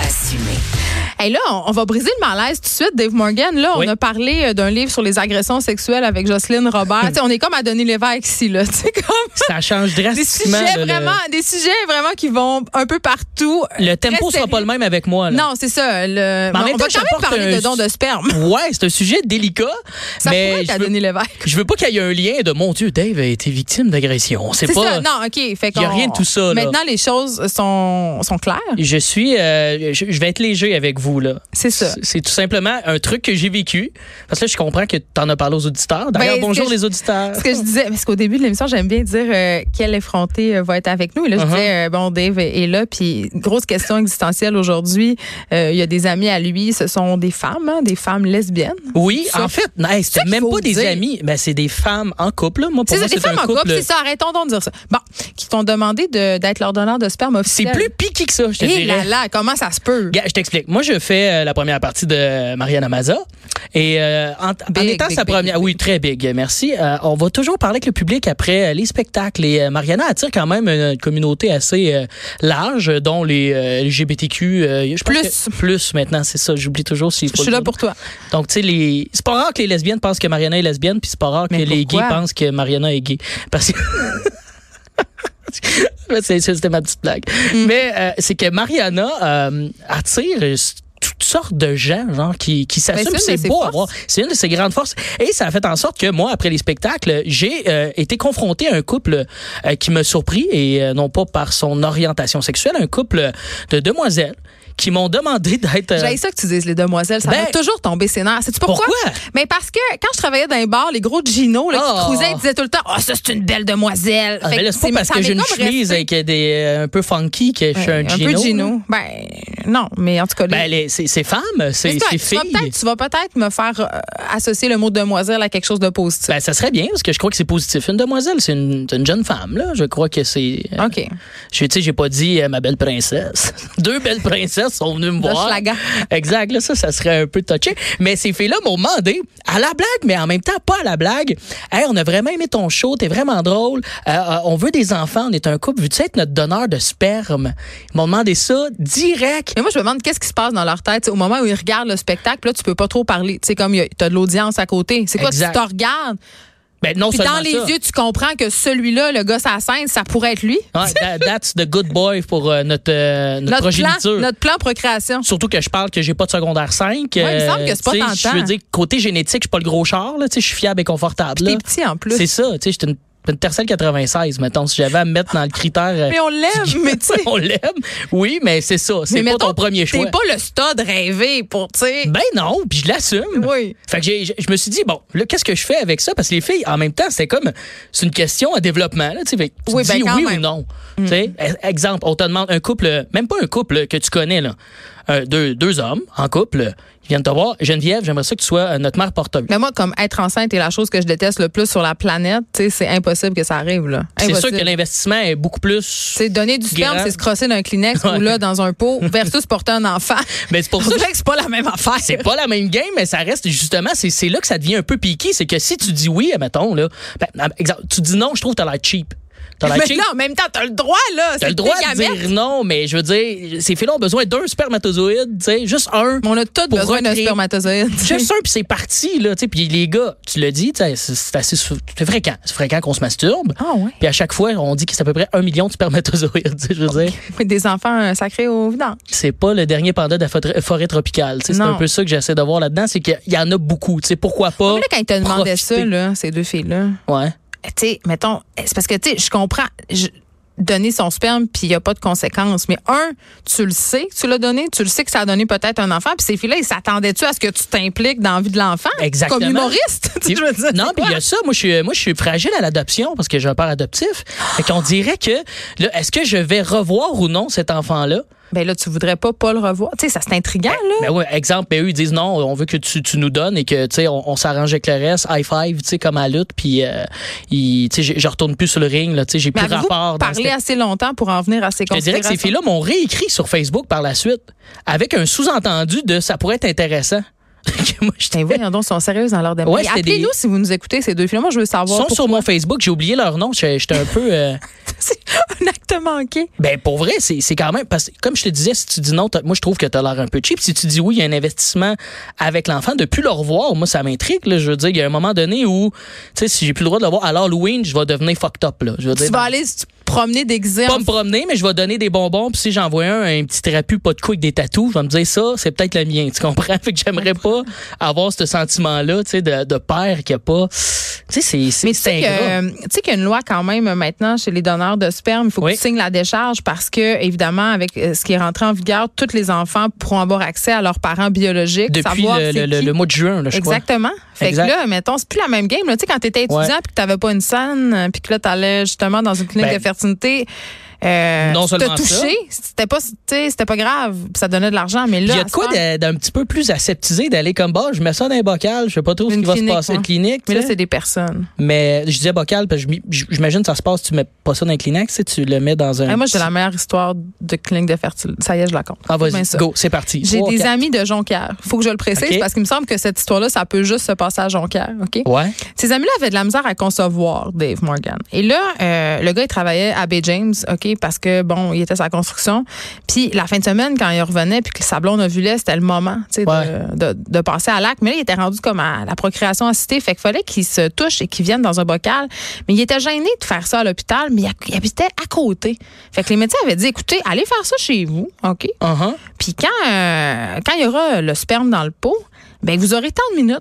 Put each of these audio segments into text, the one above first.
assumée. Et là, on, on va briser le malaise tout de suite, Dave Morgan. Là, Oui. on a parlé euh, d'un livre sur les agressions sexuelles avec Jocelyne Robert. Tu sais, on est comme à donner l'évêque ici, là. Tu sais, comme Ça change des drastiquement. sujets là, le- vraiment, des sujets vraiment qui vont un peu partout. le, Très tempo sera sérieux. pas le même avec moi. là. Non, c'est ça. Le... Mais en on même va temps, quand même j'apporte parler un- de dons de sperme. Ouais, c'est un sujet délicat. Ça pourrait mais être à je veux, donner l'évêque. je veux pas qu'il y ait un lien de mon Dieu, Dave a été victime d'agression. C'est C'est pas. ça. Non, OK. Fait Il y a qu'on- rien de tout ça, là. Maintenant, les choses sont, sont claires. Je suis, euh, je, je vais être léger avec vous là. C'est ça. C'est- C'est tout simplement un truc que j'ai vécu. Parce que là, je comprends que t'en as parlé aux auditeurs. D'ailleurs, Ben, ce bonjour que je- les auditeurs. Ce que je disais, parce qu'au début de l'émission, j'aime bien dire euh, quel effronté euh, va être avec nous. Et là, je Uh-huh. disais, euh, bon, Dave est là. Puis, grosse question existentielle aujourd'hui. Euh, il y a des amis à lui, ce sont des femmes, hein, des femmes lesbiennes. Oui, Ça- en fait, hey, ça c'est qu'il même faut pas des dire. amis, ben, c'est des femmes en couple. là. Moi, pour C'est moi, ça, des c'est un femmes en couple. couple, c'est ça. Arrêtons donc de dire ça. Bon, qui t'ont demandé de- d'être leur donneur de sperme c'est officiel. plus piqué que ça, je te Hé dirais. là là, comment ça se peut? Gars, je t'explique. Moi, je fais euh, la première partie de Mariana Maza. Et euh, en, en Big, étant big, sa big, première... big. Oui, très big, merci. Euh, on va toujours parler avec le public après euh, les spectacles. Et euh, Mariana attire quand même une communauté assez euh, large, dont les euh, LGBTQ... euh, je pense Plus. que- plus maintenant, c'est ça. J'oublie toujours si... Je suis là pour toi. Donc, tu sais, les... c'est pas rare que les lesbiennes pensent que Mariana est lesbienne, puis c'est pas rare que Mais les gays pourquoi? pensent que Mariana est gay. Parce que. Mais c'est- c'est- C'était ma petite blague. Mm. Mais euh, c'est que Mariana euh, attire euh, toutes sortes de gens genre qui, qui s'assument Mais Ben, c'est une c'est de ses beau à forces. voir c'est une de ses grandes forces et ça a fait en sorte que moi après les spectacles j'ai euh, été confronté à un couple euh, qui me surprit et euh, non pas par son orientation sexuelle un couple de demoiselles qui m'ont demandé d'être euh, J'ai ça que tu dises les demoiselles, ça ben, m'a toujours tombé ses nerfs. Sais-tu pourquoi? Pourquoi? Mais parce que quand je travaillais dans les bars, les gros Gino là, qui Oh. cruisaient, ils disaient tout le temps Ah, ça, c'est une belle demoiselle. Ah, Fait mais là, que c'est pas c'est- parce ça que m'est j'ai une comme chemise resté. avec des, euh, un peu funky que je suis un, Ouais, Gino. peu Gino. Ben, non, mais en tout cas, les- Ben, les- c'est c'est femme, Mais c'est toi, c'est tu vas fille. peut-être- tu vas peut-être me faire euh, associer le mot demoiselle à quelque chose de positif. Ben, ça serait bien, parce que je crois que c'est positif. Une demoiselle, c'est une, c'est une jeune femme, là. Je crois que c'est. euh, OK. je- Tu sais, j'ai pas dit euh, ma belle princesse. Deux belles princesses sont venues me Le voir. schlagan. Exact, là, ça, ça serait un peu touché. Mais ces filles-là m'ont demandé, à la blague, mais en même temps pas à la blague, Hey, on a vraiment aimé ton show, t'es vraiment drôle, Euh, euh, on veut des enfants, on est un couple, veux-tu être notre donneur de sperme? Ils m'ont demandé ça direct. Mais moi, je me demande qu'est-ce qui se passe dans leur tête tu sais, au moment où ils regardent le spectacle. puis Là, tu peux pas trop parler. Tu sais, comme tu as de l'audience à côté. C'est quoi? Exact. Tu te regardes. Ben, non Puis seulement dans les ça. yeux, tu comprends que celui-là, le gars à la scène, ça pourrait être lui. Ouais, that- that's the good boy pour euh, notre, euh, notre, Notre plan, progéniture. notre plan procréation. Surtout que je parle que j'ai pas de secondaire 5. Ouais, il me semble que c'est pas tu sais, tentant. Je veux dire, côté génétique, je suis pas le gros char. Là, tu sais, je suis fiable et confortable. Puis là. t'es petit en plus. C'est ça. tu sais, J'étais une, une tercelle 96, mettons. Si j'avais à me mettre dans le critère... euh, Mais on l'aime, mais tu sais. on l'aime. Oui, mais c'est ça. C'est mais pas mettons, ton premier choix. T'es pas le stade rêvé pour, tu sais. Ben non, puis je l'assume. Oui. Fait que j'ai- j'ai- je me suis dit, bon, là, qu'est-ce que je fais avec ça? Parce que les filles, en même temps, c'est comme, c'est une question à développement. Là, tu sais, fait que tu Oui, dis ben, quand oui même. ou non. Tu sais, e- Exemple, on te demande un couple, même pas un couple que tu connais, là. Euh, deux, deux hommes en couple qui viennent te voir. Geneviève, j'aimerais ça que tu sois euh, notre mère porteuse. Mais moi, comme être enceinte est la chose que je déteste le plus sur la planète, tu sais, c'est impossible que ça arrive, là. C'est sûr Impossible. que l'investissement est beaucoup plus. C'est donner du sperme, Grand. c'est se crosser dans un Kleenex Ouais. ou là dans un pot versus porter un enfant. Ben, c'est pour ça On dirait que c'est pas la même affaire. C'est pas la même game, mais ça reste justement, c'est c'est là que ça devient un peu piqué. C'est que si tu dis oui, admettons, là, ben, exemple, tu dis non, je trouve que t'as l'air cheap. T'as l'air Mais cheap. là, en même temps, t'as le droit, là. T'as c'est le droit tes de gamètes. dire non, mais je veux dire, ces filles-là ont besoin d'un spermatozoïde, tu sais, juste un. Mais On a tous Pour besoin d'un recréer- spermatozoïde. Juste un, puis c'est parti, là, tu sais. Puis les gars, tu le dis, tu sais, c'est c'est assez sou- c'est fréquent. C'est fréquent qu'on se masturbe. Ah ouais. Puis à chaque fois, on dit que c'est à peu près un million de spermatozoïdes, tu sais, je veux dire. Oui, Des enfants euh, sacrés au vidange. C'est pas le dernier panda de la fot- forêt tropicale, tu sais. C'est Non. un peu ça que j'essaie de voir là-dedans, c'est qu'il y en a beaucoup, tu sais. Pourquoi pas? Mais là, quand ils te demandaient profiter. ça, là, ces deux filles-là, Ouais. tu sais, mettons, c'est parce que, tu sais, je comprends. je- donner son sperme puis il n'y a pas de conséquences mais un tu le sais que tu l'as donné tu le sais que ça a donné peut-être un enfant puis ces filles-là ils s'attendaient-tu à ce que tu t'impliques dans la vie de l'enfant Exactement. comme humoriste Tu sais, je veux dire, non, c'est puis il y quoi? a ça. Moi, je suis, moi, je suis fragile à l'adoption parce que j'ai un père adoptif. Fait qu'on dirait que, là, est-ce que je vais revoir ou non cet enfant-là? ben là tu voudrais pas pas le revoir tu sais ça c'est intriguant là Ben ouais, exemple, ben eux, ils disent non, on veut que tu, tu nous donnes et que, tu sais, on, on s'arrange avec le reste, high five, tu sais, comme à la lutte, puis, euh, ils- tu sais, je- je retourne plus sur le ring, là, tu sais, j'ai mais plus avez-vous rapport. dans parlé assez longtemps pour en venir à ces je te dirais que ces filles-là m'ont réécrit sur Facebook par la suite avec un sous-entendu de ça pourrait être intéressant. que moi, j'étais. Ben voyons donc, ils sont sérieuses dans leur démarche. Ouais, c'était des- Appelez-nous si vous nous écoutez ces deux films. Moi, je veux Ils savoir. sont sur mon Facebook, j'ai oublié leur nom, j'étais j'étais un peu. euh, C'est un acte manqué. Ben pour vrai, c'est c'est quand même parce que comme je te disais, si tu dis non, t'as- moi je trouve que tu as l'air un peu cheap. Si tu dis oui, il y a un investissement avec l'enfant, de plus le revoir, moi ça m'intrigue. là. Je veux dire, il y a un moment donné où, tu sais, si j'ai plus le droit de le voir, alors Halloween, je vais devenir fucked up là. Je veux Tu dire, vas aller se promener déguisé pas en me promener, mais je vais donner des bonbons. Puis si j'envoie un, un petit trapu, pas de couille, avec des tatous, je vais me dire ça, c'est peut-être le mien. Tu comprends? Fait que j'aimerais pas avoir ce sentiment-là, tu sais, de, de père qui a pas. Tu sais, c'est- c'est Mais tu sais c'est ingrat. que- tu sais qu'il y a une loi quand même euh, maintenant chez les donneurs de sperme. Il faut Oui. que tu signes la décharge parce que, évidemment, avec euh, ce qui est rentré en vigueur, tous les enfants pourront avoir accès à leurs parents biologiques. Depuis savoir c'est le, le- le- qui. le mois de juin, là, je crois. Exactement. Fait Exact. que là, mettons, c'est plus la même game. là. Tu sais, quand t'étais étudiant Ouais. puis que t'avais pas une scène, euh, puis que là, t'allais justement dans une clinique Ben, de fertilité. Euh, non tu seulement t'as touché, c'était pas, tu sais, c'était pas grave, puis ça donnait de l'argent, mais Puis là, Il y a à de ce quoi temps- d'a- d'un petit peu plus aseptisé d'aller comme bah, je mets ça dans un bocal, je sais pas trop ce Une qui va se clinique, passer en ouais. clinique. mais là, tu sais. c'est des personnes. Mais je disais bocal parce que je m'y- j- j'imagine que ça se passe, tu mets pas ça dans un Kleenex, tu sais, Euh, tu le mets dans un. Hey, Ah, moi, j'ai petit- la meilleure histoire de clinique de fertilité. Ça y est, je la compte. Ah, vas-y, Ben, ça. go, c'est parti. J'ai Trois, des quatre. amis de Jonquière. Faut que je le précise OK. parce qu'il me semble que cette histoire-là, ça peut juste se passer à Jonquière. OK? Ouais. Ces amis-là avaient de la misère à concevoir Dave Morgan. Et là, euh, le gars, il travaillait à Bay James, OK? Parce que, bon, il était sa construction. Puis la fin de semaine, quand il revenait, puis que sa blonde ovulait, c'était le moment, tu sais, de- Ouais. de, de passer à l'acte. Mais là, il était rendu comme à la procréation assistée. Fait qu'il fallait qu'il se touche et qu'il vienne dans un bocal. Mais il était gêné de faire ça à l'hôpital, mais il hab- il habitait à côté. Fait que les médecins avaient dit, écoutez, allez faire ça chez vous, OK? Uh-huh. Puis quand, euh, quand il y aura le sperme dans le pot, ben vous aurez tant de minutes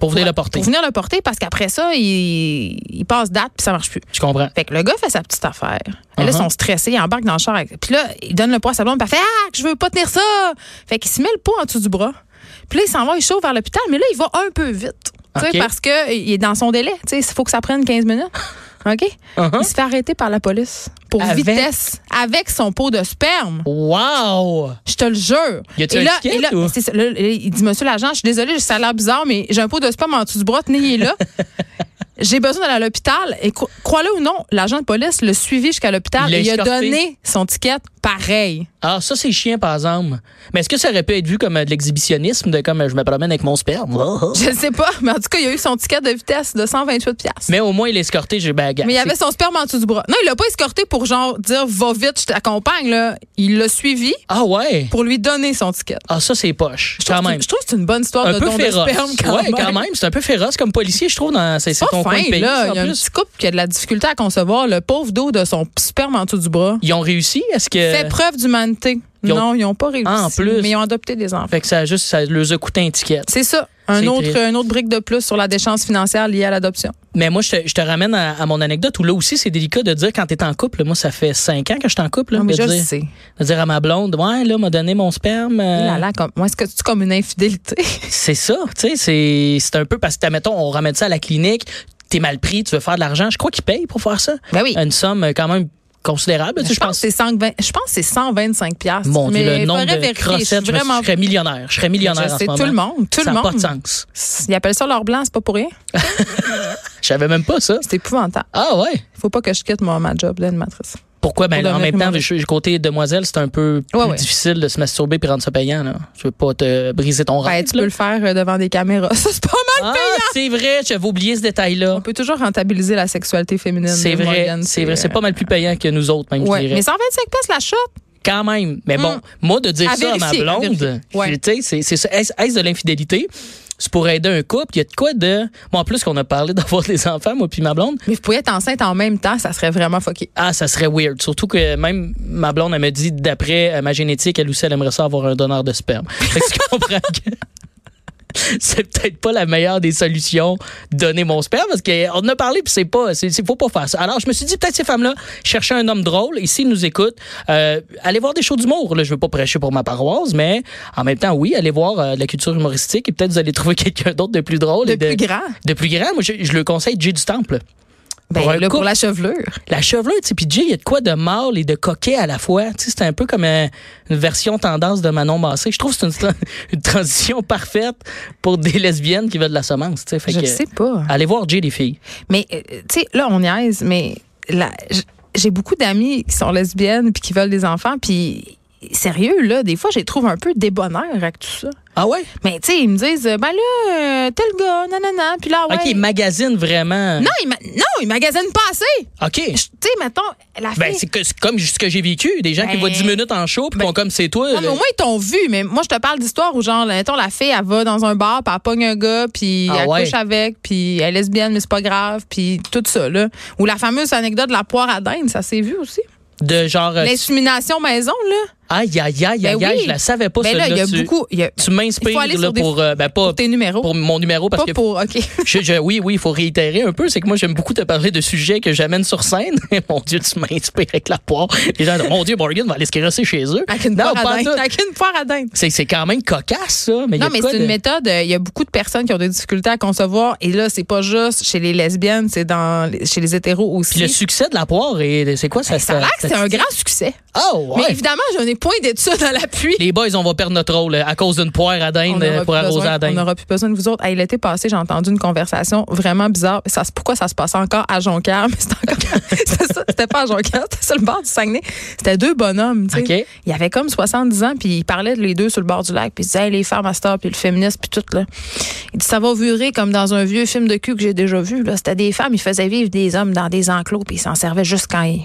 Pour venir le porter. pour venir le porter parce qu'après ça, il, il passe date puis ça marche plus. Je comprends. Fait que le gars fait sa petite affaire. Là, Uh-huh. ils sont stressés, ils embarquent dans le char. avec- Puis là, il donne le poids à sa blonde, puis elle fait Ah, que je veux pas tenir ça! Fait qu'il se met le pot en dessous du bras. Puis là, il s'en va, il chauffe vers l'hôpital, mais là, il va un peu vite. Tu sais, OK. Parce qu'il est dans son délai. Tu sais, Il faut que ça prenne 15 minutes. OK? Uh-huh. Il se fait arrêter par la police pour Avec- vitesse avec son pot de sperme. Wow! Je te le jure. Y a-t-il Et un là, ticket, et là, ou? c'est ça. Là, il dit, monsieur l'agent, je suis désolée, ça a l'air bizarre, mais j'ai un pot de sperme en dessous du bras, tenez là. J'ai besoin d'aller à l'hôpital. Et cro- crois-le ou non, l'agent de police le suivi jusqu'à l'hôpital Il et l'a il a escorté. donné son ticket pareil. Alors Ah, ça, c'est chien, par exemple. Mais est-ce que ça aurait pu être vu comme euh, de l'exhibitionnisme, de comme euh, je me promène avec mon sperme? Je ne sais pas, mais en tout cas, il a eu son ticket de vitesse de 128 pièces. Mais, Mais au moins, il est escorté, j'ai ben, gars, il c'est- avait son sperme en dessous du bras. Non, il l'a pas escorté pour genre dire va vite, je t'accompagne là. Il l'a suivi Ah ouais? pour lui donner son ticket. Ah ça, c'est poche. Je Quand trouve que- même. Je trouve que c'est une bonne histoire un Oh, de peu don de féroce. sperme quand ouais, même. quand même, c'est un peu féroce comme policier, je trouve dans c'est c'est C'est ton pas coin fin, de pays. là. ça, en Il y a un plus. petit couple qui a de la difficulté à concevoir le pauvre dos de son sperme en dessous du bras. Ils ont réussi est-ce que Fait preuve d'humanité. Euh, Ils ont- Non, ils n'ont pas réussi. Ah, en plus. Mais ils ont adopté des enfants. fait que ça a juste ça leur a coûté un ticket. C'est ça. Un C'est autre, triste. un autre brique de plus sur la déchéance financière liée à l'adoption. Mais moi, je te, je te ramène à, à mon anecdote où là aussi, c'est délicat de dire quand t'es en couple. Moi, ça fait cinq ans que je suis en couple. là, Non, mais de, je le dire, sais. de dire à ma blonde, ouais, là, m'a donné mon sperme. euh, Il a l'air comme. Moi, est-ce que c'est comme une infidélité? C'est ça, tu sais, c'est- c'est un peu parce que, mettons, on ramène ça à la clinique, t'es mal pris, tu veux faire de l'argent. Je crois qu'ils payent pour faire ça. Ben oui. Une somme euh, quand même considérable, tu sais, Je pense que c'est 120 je pense que c'est 125 piastres. Mon Dieu, Mais le nombre faudrait de vérifier. crossettes, Je suis je, me suis- vraiment. je serais millionnaire. Je serais millionnaire Je en sais, ce moment. tout le monde, tout ça le n'a pas de monde. sens. Ils appellent ça l'or blanc, c'est pas pour rien. Je savais même pas ça. C'est épouvantable. Ah ouais? Faut pas que je quitte moi, ma job d'animatrice. Pourquoi? Ben, Pour en devenir même temps, humoriste. je- je- côté demoiselle, c'est un peu plus Ouais, ouais. difficile de se masturber puis rendre ça payant. Là. Je veux pas te briser ton Ben, rêve. tu là. peux le faire euh, devant des caméras. Ça, c'est pas mal. Ah, c'est vrai, j'avais oublié ce détail-là. On peut toujours rentabiliser la sexualité féminine. C'est vrai, Morgane, euh, c'est vrai. C'est pas mal plus payant que nous autres, même, Ouais. je dirais. Mais 125 pièces la shot. Quand même. Mais bon, Mm. moi, de dire À ça vérifier, à à ma blonde, vérifier. Ouais. je- tu sais, c'est- c'est ça. Est-ce est-ce de l'infidélité? C'est pour aider un couple. Il y a de quoi de. Moi, en plus, qu'on a parlé d'avoir des enfants, moi puis ma blonde. Mais vous pouvez être enceinte en même temps, ça serait vraiment fucké. Ah, ça serait weird. Surtout que même ma blonde, elle me dit, d'après euh, ma génétique, elle aussi, elle aimerait ça avoir un donneur de sperme. Fait que tu comprends que c'est peut-être pas la meilleure des solutions, donner mon sperme, parce qu'on en a parlé, puis c'est pas, c'est, c'est- faut pas faire ça. Alors, je me suis dit, peut-être ces femmes-là cherchaient un homme drôle, et s'ils nous écoutent, euh, allez voir des shows d'humour. Là, je veux pas prêcher pour ma paroisse, mais en même temps, oui, allez voir euh, de la culture humoristique, et peut-être vous allez trouver quelqu'un d'autre de plus drôle. De et de, plus grand. de plus grand. Moi, je, je le conseille, Jay du Temple. Ben, Pour un là, pour couple. la chevelure. La chevelure, tu sais, puis Jay, il y a de quoi de mâle et de coquet à la fois. Tu sais, c'est un peu comme euh, une version tendance de Manon Massé. Je trouve que c'est une, tra- une transition parfaite pour des lesbiennes qui veulent de la semence. tu sais. Fait je que, le sais pas. Allez voir Jay, les filles. Mais, euh, tu sais, là, on niaise, mais la- j- j'ai beaucoup d'amis qui sont lesbiennes puis qui veulent des enfants. Puis, sérieux, là, des fois, je les trouve un peu débonnaires avec tout ça. Ah ouais? Mais tu sais, ils me disent, ben là, euh, tel gars, nanana, puis là, ouais. OK, magazine vraiment. Non, ils ma- non, ils magasinent pas assez. OK. Je- Tu sais, mettons, la fille. Ben, c'est que- c'est comme ce que j'ai vécu. Des gens qui Ben, voient 10 minutes en show, puis ben, font comme c'est toi. Non, mais au là. moins, ils t'ont vu. Mais moi, je te parle d'histoire où, genre, mettons, la fille, elle va dans un bar, puis elle pogne un gars, puis Ah elle ouais. couche avec, puis elle est lesbienne, mais c'est pas grave, puis tout ça, là. Ou la fameuse anecdote de la poire à dinde, ça s'est vu aussi. De genre. euh, L'insémination maison, là. Aïe, aïe, aïe, Ben aïe, aïe, oui. je la savais pas, Ben là, il y a celle-là. Tu- beaucoup. il y a- Tu Il faut m'inspires aller là, sur des- pour, euh, ben, pas, pour tes numéros. pour mon numéro parce pas que pour. OK. je- je- oui oui il faut réitérer un peu c'est que moi j'aime beaucoup te parler de sujets que j'amène sur scène mon dieu tu m'inspires avec la poire les gens disent, mon dieu Morgan va aller se crosser chez eux Avec une Non, poire pas à en dinde. tout. Avec une poire à dinde. c'est c'est quand même cocasse ça mais il y a Non, mais de quoi c'est de- une méthode. euh, Il y a beaucoup de personnes qui ont des difficultés à concevoir. Et là, c'est pas juste chez les lesbiennes, c'est dans les- chez les hétéros aussi. Puis le succès de la poire et c'est quoi ça Ben, ça a l'air que c'est un grand succès. oh Mais ouais. évidemment, je n'ai point d'études à l'appui. les boys on va perdre notre rôle euh, à cause d'une poire à On dinde n'aura euh, plus pour arroser besoin- à on dinde n'aura plus besoin de vous autres. Hey, L'été passé, j'ai entendu une conversation vraiment bizarre. Ça, se- pourquoi ça se passait encore à Jonquière? Mais c'était encore- c'était ça, c'était pas à Jonquière, c'était sur le bord du Saguenay. C'était deux bonhommes. tu sais. OK. Il avait comme 70 ans, puis ils parlaient les deux sur le bord du lac. Puis ils disaient, hey, les femmes à cette heure, puis le féministe, puis tout. Là. Il dit, ça va virer comme dans un vieux film de cul que j'ai déjà vu. là. C'était des femmes, ils faisaient vivre des hommes dans des enclos, puis ils s'en servaient juste quand ils,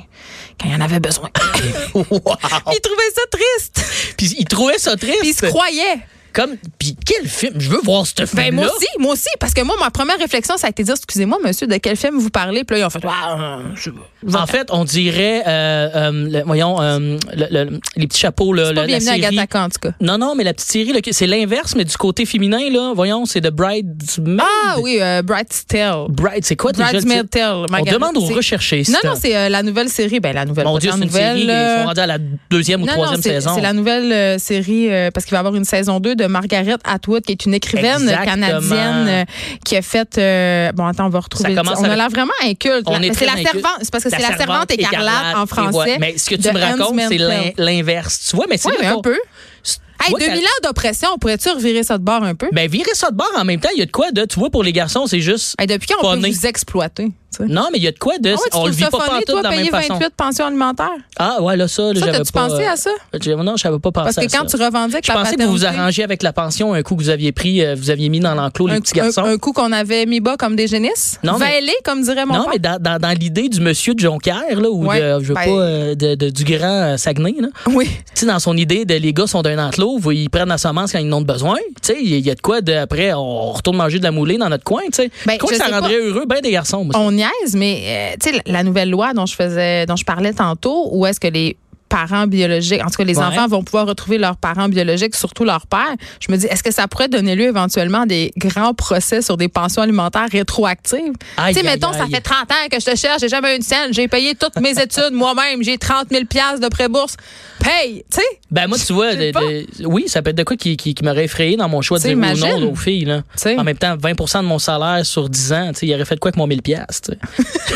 quand ils en avaient besoin. Wow. ils trouvaient ça triste. puis ils trouvaient ça Puis ils se triste croyaient. comme puis quel film je veux voir ce film Ben, moi aussi, moi aussi, parce que moi, ma première réflexion, ça a été de dire, excusez-moi, monsieur, de quel film vous parlez? Puis là, ils ont fait, ah, euh, je sais pas. En fait, on dirait, euh, euh, le- voyons, euh, le- le- les petits chapeaux, là, la, pas la bienvenue à série. Gattaca, en tout cas. Non, non, mais la petite série, là, qui- c'est l'inverse, mais du côté féminin, là, voyons, c'est The Bridesmaid. Ah oui, euh, Bright Tale. Bride, c'est quoi Hmm. Ah, déjà le titre? Bridesmaid Tale. On Margaret, demande aux c'est- recherchistes. Non, non, c'est euh, la nouvelle série. Ben, la nouvelle, Mon pas Dieu, tant c'est une nouvelle, série, ils euh, sont rendus à la deuxième ou non, troisième non, c'est- saison. C'est la nouvelle euh, série, euh, parce qu'il va y avoir une saison 2 de Margaret Atwood, qui est une écrivaine Exactement. canadienne euh, qui a fait. euh, bon, attends, on va retrouver. Ça commence on a avec- l'air vraiment inculte. On là. est Mais c'est très la inculte. servante. C'est parce que c'est la servante écarlate en et voilà. français. Mais ce que tu de me Hans racontes, c'est Mantel. l'in- l'inverse. Tu vois, mais c'est Oui, là mais un qu'on- peu. Tu Hey, vois, 2000 t'as- ans d'oppression, pourrais-tu revirer ça de bord un peu? Ben, virer ça de bord en même temps, il y a de quoi de. Tu vois, pour les garçons, c'est juste. Hey, depuis quand on peut funny. vous exploiter? tu sais? Non, mais il y a de quoi de. Ah ouais, tu on le trouves vit ça pas funny, partout toi, de la même payer 28 façon. pensions alimentaires? Ah, ouais, là, ça, là, Ça, j'avais t'as-tu pas. pensé à ça? J'ai- Non, je n'avais pas pensé Parce que à quand ça. tu revendiques Je la pensais que vous vous paternité- arrangez avec la pension un coup que vous aviez pris, euh, vous aviez mis dans l'enclos les un, petits un- garçons. un coup qu'on avait mis bas comme des génisses? Non, mais- Vêlé, comme dirait mon non, père. mais dans, dans- dans l'idée du monsieur de Jonquière, là, ou Ouais, de, je veux ben- pas, euh, de- de- du grand euh, Saguenay, là. Oui. Tu sais, dans son idée de les gars sont d'un enclos, vous- ils prennent la semence quand ils en ont besoin. Tu sais, il y a de quoi de, après, on retourne manger de la moulée dans notre coin, tu sais. Ben, je crois je que ça sais rendrait heureux ben des garçons. moi. On niaise, mais euh, tu sais, la- la nouvelle loi dont je faisais, dont je parlais tantôt, où est-ce que les parents biologiques, en tout cas les Ouais. enfants vont pouvoir retrouver leurs parents biologiques, surtout leur père. Je me dis, est-ce que ça pourrait donner lieu éventuellement à des grands procès sur des pensions alimentaires rétroactives? Aïe, Tu sais, aïe, mettons, ça aïe. fait 30 ans que je te cherche, j'ai jamais eu une scène, j'ai payé toutes mes études moi-même, j'ai 30 000 piastres de prébourse. Paye, tu sais? Ben moi, tu vois, Je sais de- pas. de- oui, ça peut être de quoi qui, qui, qui m'aurait effrayé dans mon choix de Tu sais, dire oui ou imagine. non aux filles. Là. sais. En même temps, 20 de mon salaire sur 10 ans, tu sais, il aurait fait de quoi avec mon 1000 piastres, tu sais.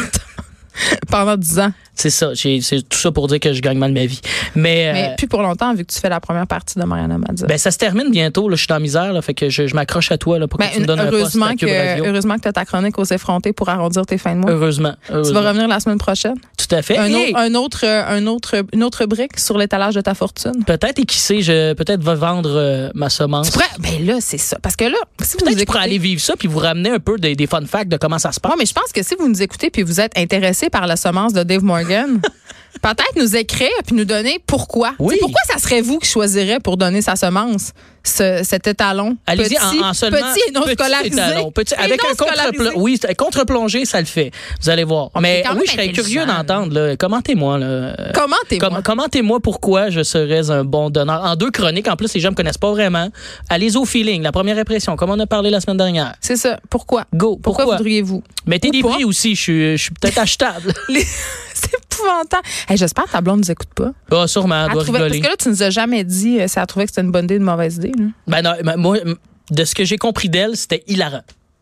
Pendant 10 ans. C'est ça, j'ai- c'est tout ça pour dire que je gagne mal ma vie. Mais, euh, Mais plus pour longtemps, vu que tu fais la première partie de Mariana Madza. ben, ça se termine bientôt, là, je suis dans la misère, là, fait que je, je m'accroche à toi là, pour que Ben, tu me donnes un heureusement, poste à Cube Radio. que, heureusement que tu as ta chronique aux effrontés pour arrondir tes fins de mois. Heureusement. Tu heureusement. vas revenir la semaine prochaine. Tout à fait. Un, Et autre, un autre, euh, un autre, une autre brique sur l'étalage de ta fortune. Peut-être, et qui sait, je peut-être va vendre euh, ma semence. Tu pourrais, ben là, c'est ça. Parce que là, si vous Peut-être nous que je pourrais écoutez, aller vivre ça puis vous ramener un peu des, des fun facts de comment ça se passe. Ouais, mais je pense que si vous nous écoutez puis vous êtes intéressé par la semence de Dave Morgan, peut-être nous écrire puis nous donner pourquoi. Oui. Tu sais, Pourquoi ça serait vous qui choisirait pour donner sa semence, ce- cet étalon Allez-y petit, en, en seulement petit et non scolarisé, étalon, petit- Et avec non un contre scolarisé. oui, c'est- contre-plongée, ça le fait. Vous allez voir. mais c'est quand oui, même je serais curieux intelligent. d'entendre. là. Commentez-moi. là. Euh, Comment t'es com- Commentez-moi pourquoi je serais un bon donneur. En deux chroniques, en plus, les gens me connaissent pas vraiment. Allez au feeling, la première impression, comme on a parlé la semaine dernière. C'est ça. Pourquoi? Go. Pourquoi, Pourquoi? voudriez-vous? Mettez Ou des pas. prix aussi, je suis, je suis peut-être achetable. Les- C'est épouvantable. Hey, J'espère que ta blonde nous écoute pas. Ah, sûrement, elle Elle doit trouvait- parce rigoler. que là, tu nous as jamais dit euh, si elle trouvait que c'était une bonne idée ou une mauvaise idée. là. Ben non, ben, moi, m- de ce que j'ai compris d'elle, c'était hilarant.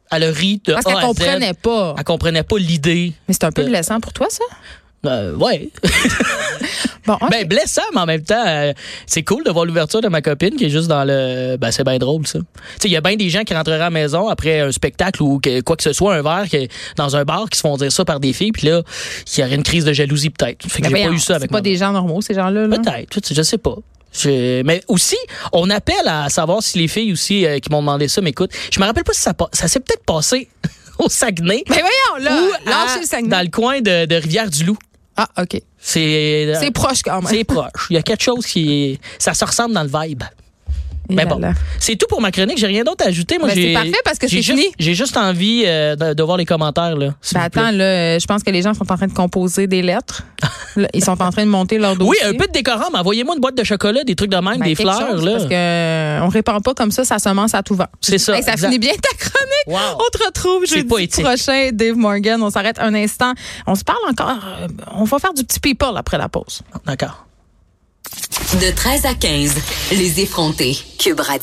Ah, Elle a ri de Parce A qu'elle à Z. comprenait pas. Elle comprenait pas l'idée. Mais c'est un peu Euh, blessant pour toi, ça? Euh, ouais. Bon, hein? ok. Ben blessant, mais en même temps, euh, c'est cool de voir l'ouverture de ma copine qui est juste dans le. Ben c'est bien drôle ça. Tu sais, il y a bien des gens qui rentreraient à la maison après un spectacle ou que- quoi que ce soit, un verre qui est dans un bar qui se font dire ça par des filles, puis là, il y aurait une crise de jalousie peut-être. Fait Ben, que j'ai pas voyons, eu ça avec C'est pas moi. des gens normaux, ces gens-là. là. Peut-être, tu sais, je sais pas. Je- Mais aussi, on appelle à savoir si les filles aussi euh, qui m'ont demandé ça m'écoutent. Je me rappelle pas si ça, pa- ça s'est peut-être passé au Saguenay Mais Ben, voyons, là, ou lâchez à- le Saguenay. dans le coin de, de Rivière-du-Loup. Ah, OK. C'est euh, C'est proche quand même. c'est proche. Il y a quelque chose qui. Ça se ressemble dans le vibe. Et Mais Eh là, ben bon, là. c'est tout pour ma chronique. J'ai rien d'autre à ajouter. Moi, Ben, c'est j'ai- parfait parce que j'ai c'est juste- fini. J'ai juste envie euh, de, de voir les commentaires. Là, s'il Ben vous plaît. attends, là, euh, je pense que les gens sont en train de composer des lettres. Là, Ils sont en train de monter leur oui, dossier. un peu de décorum. Envoyez-moi une boîte de chocolat, des trucs de même, Ben, des quelque fleurs. chose, là. Parce que euh, on répand pas comme ça, ça semence à tout vent. C'est ça, Hey, ça exact. finit bien ta chronique. Wow. On te retrouve C'est jeudi poétique. prochain, Dave Morgan. On s'arrête un instant. On se parle encore. euh, On va faire du petit people après la pause. D'accord. De 13 à 15, les effrontés. Cube Radio.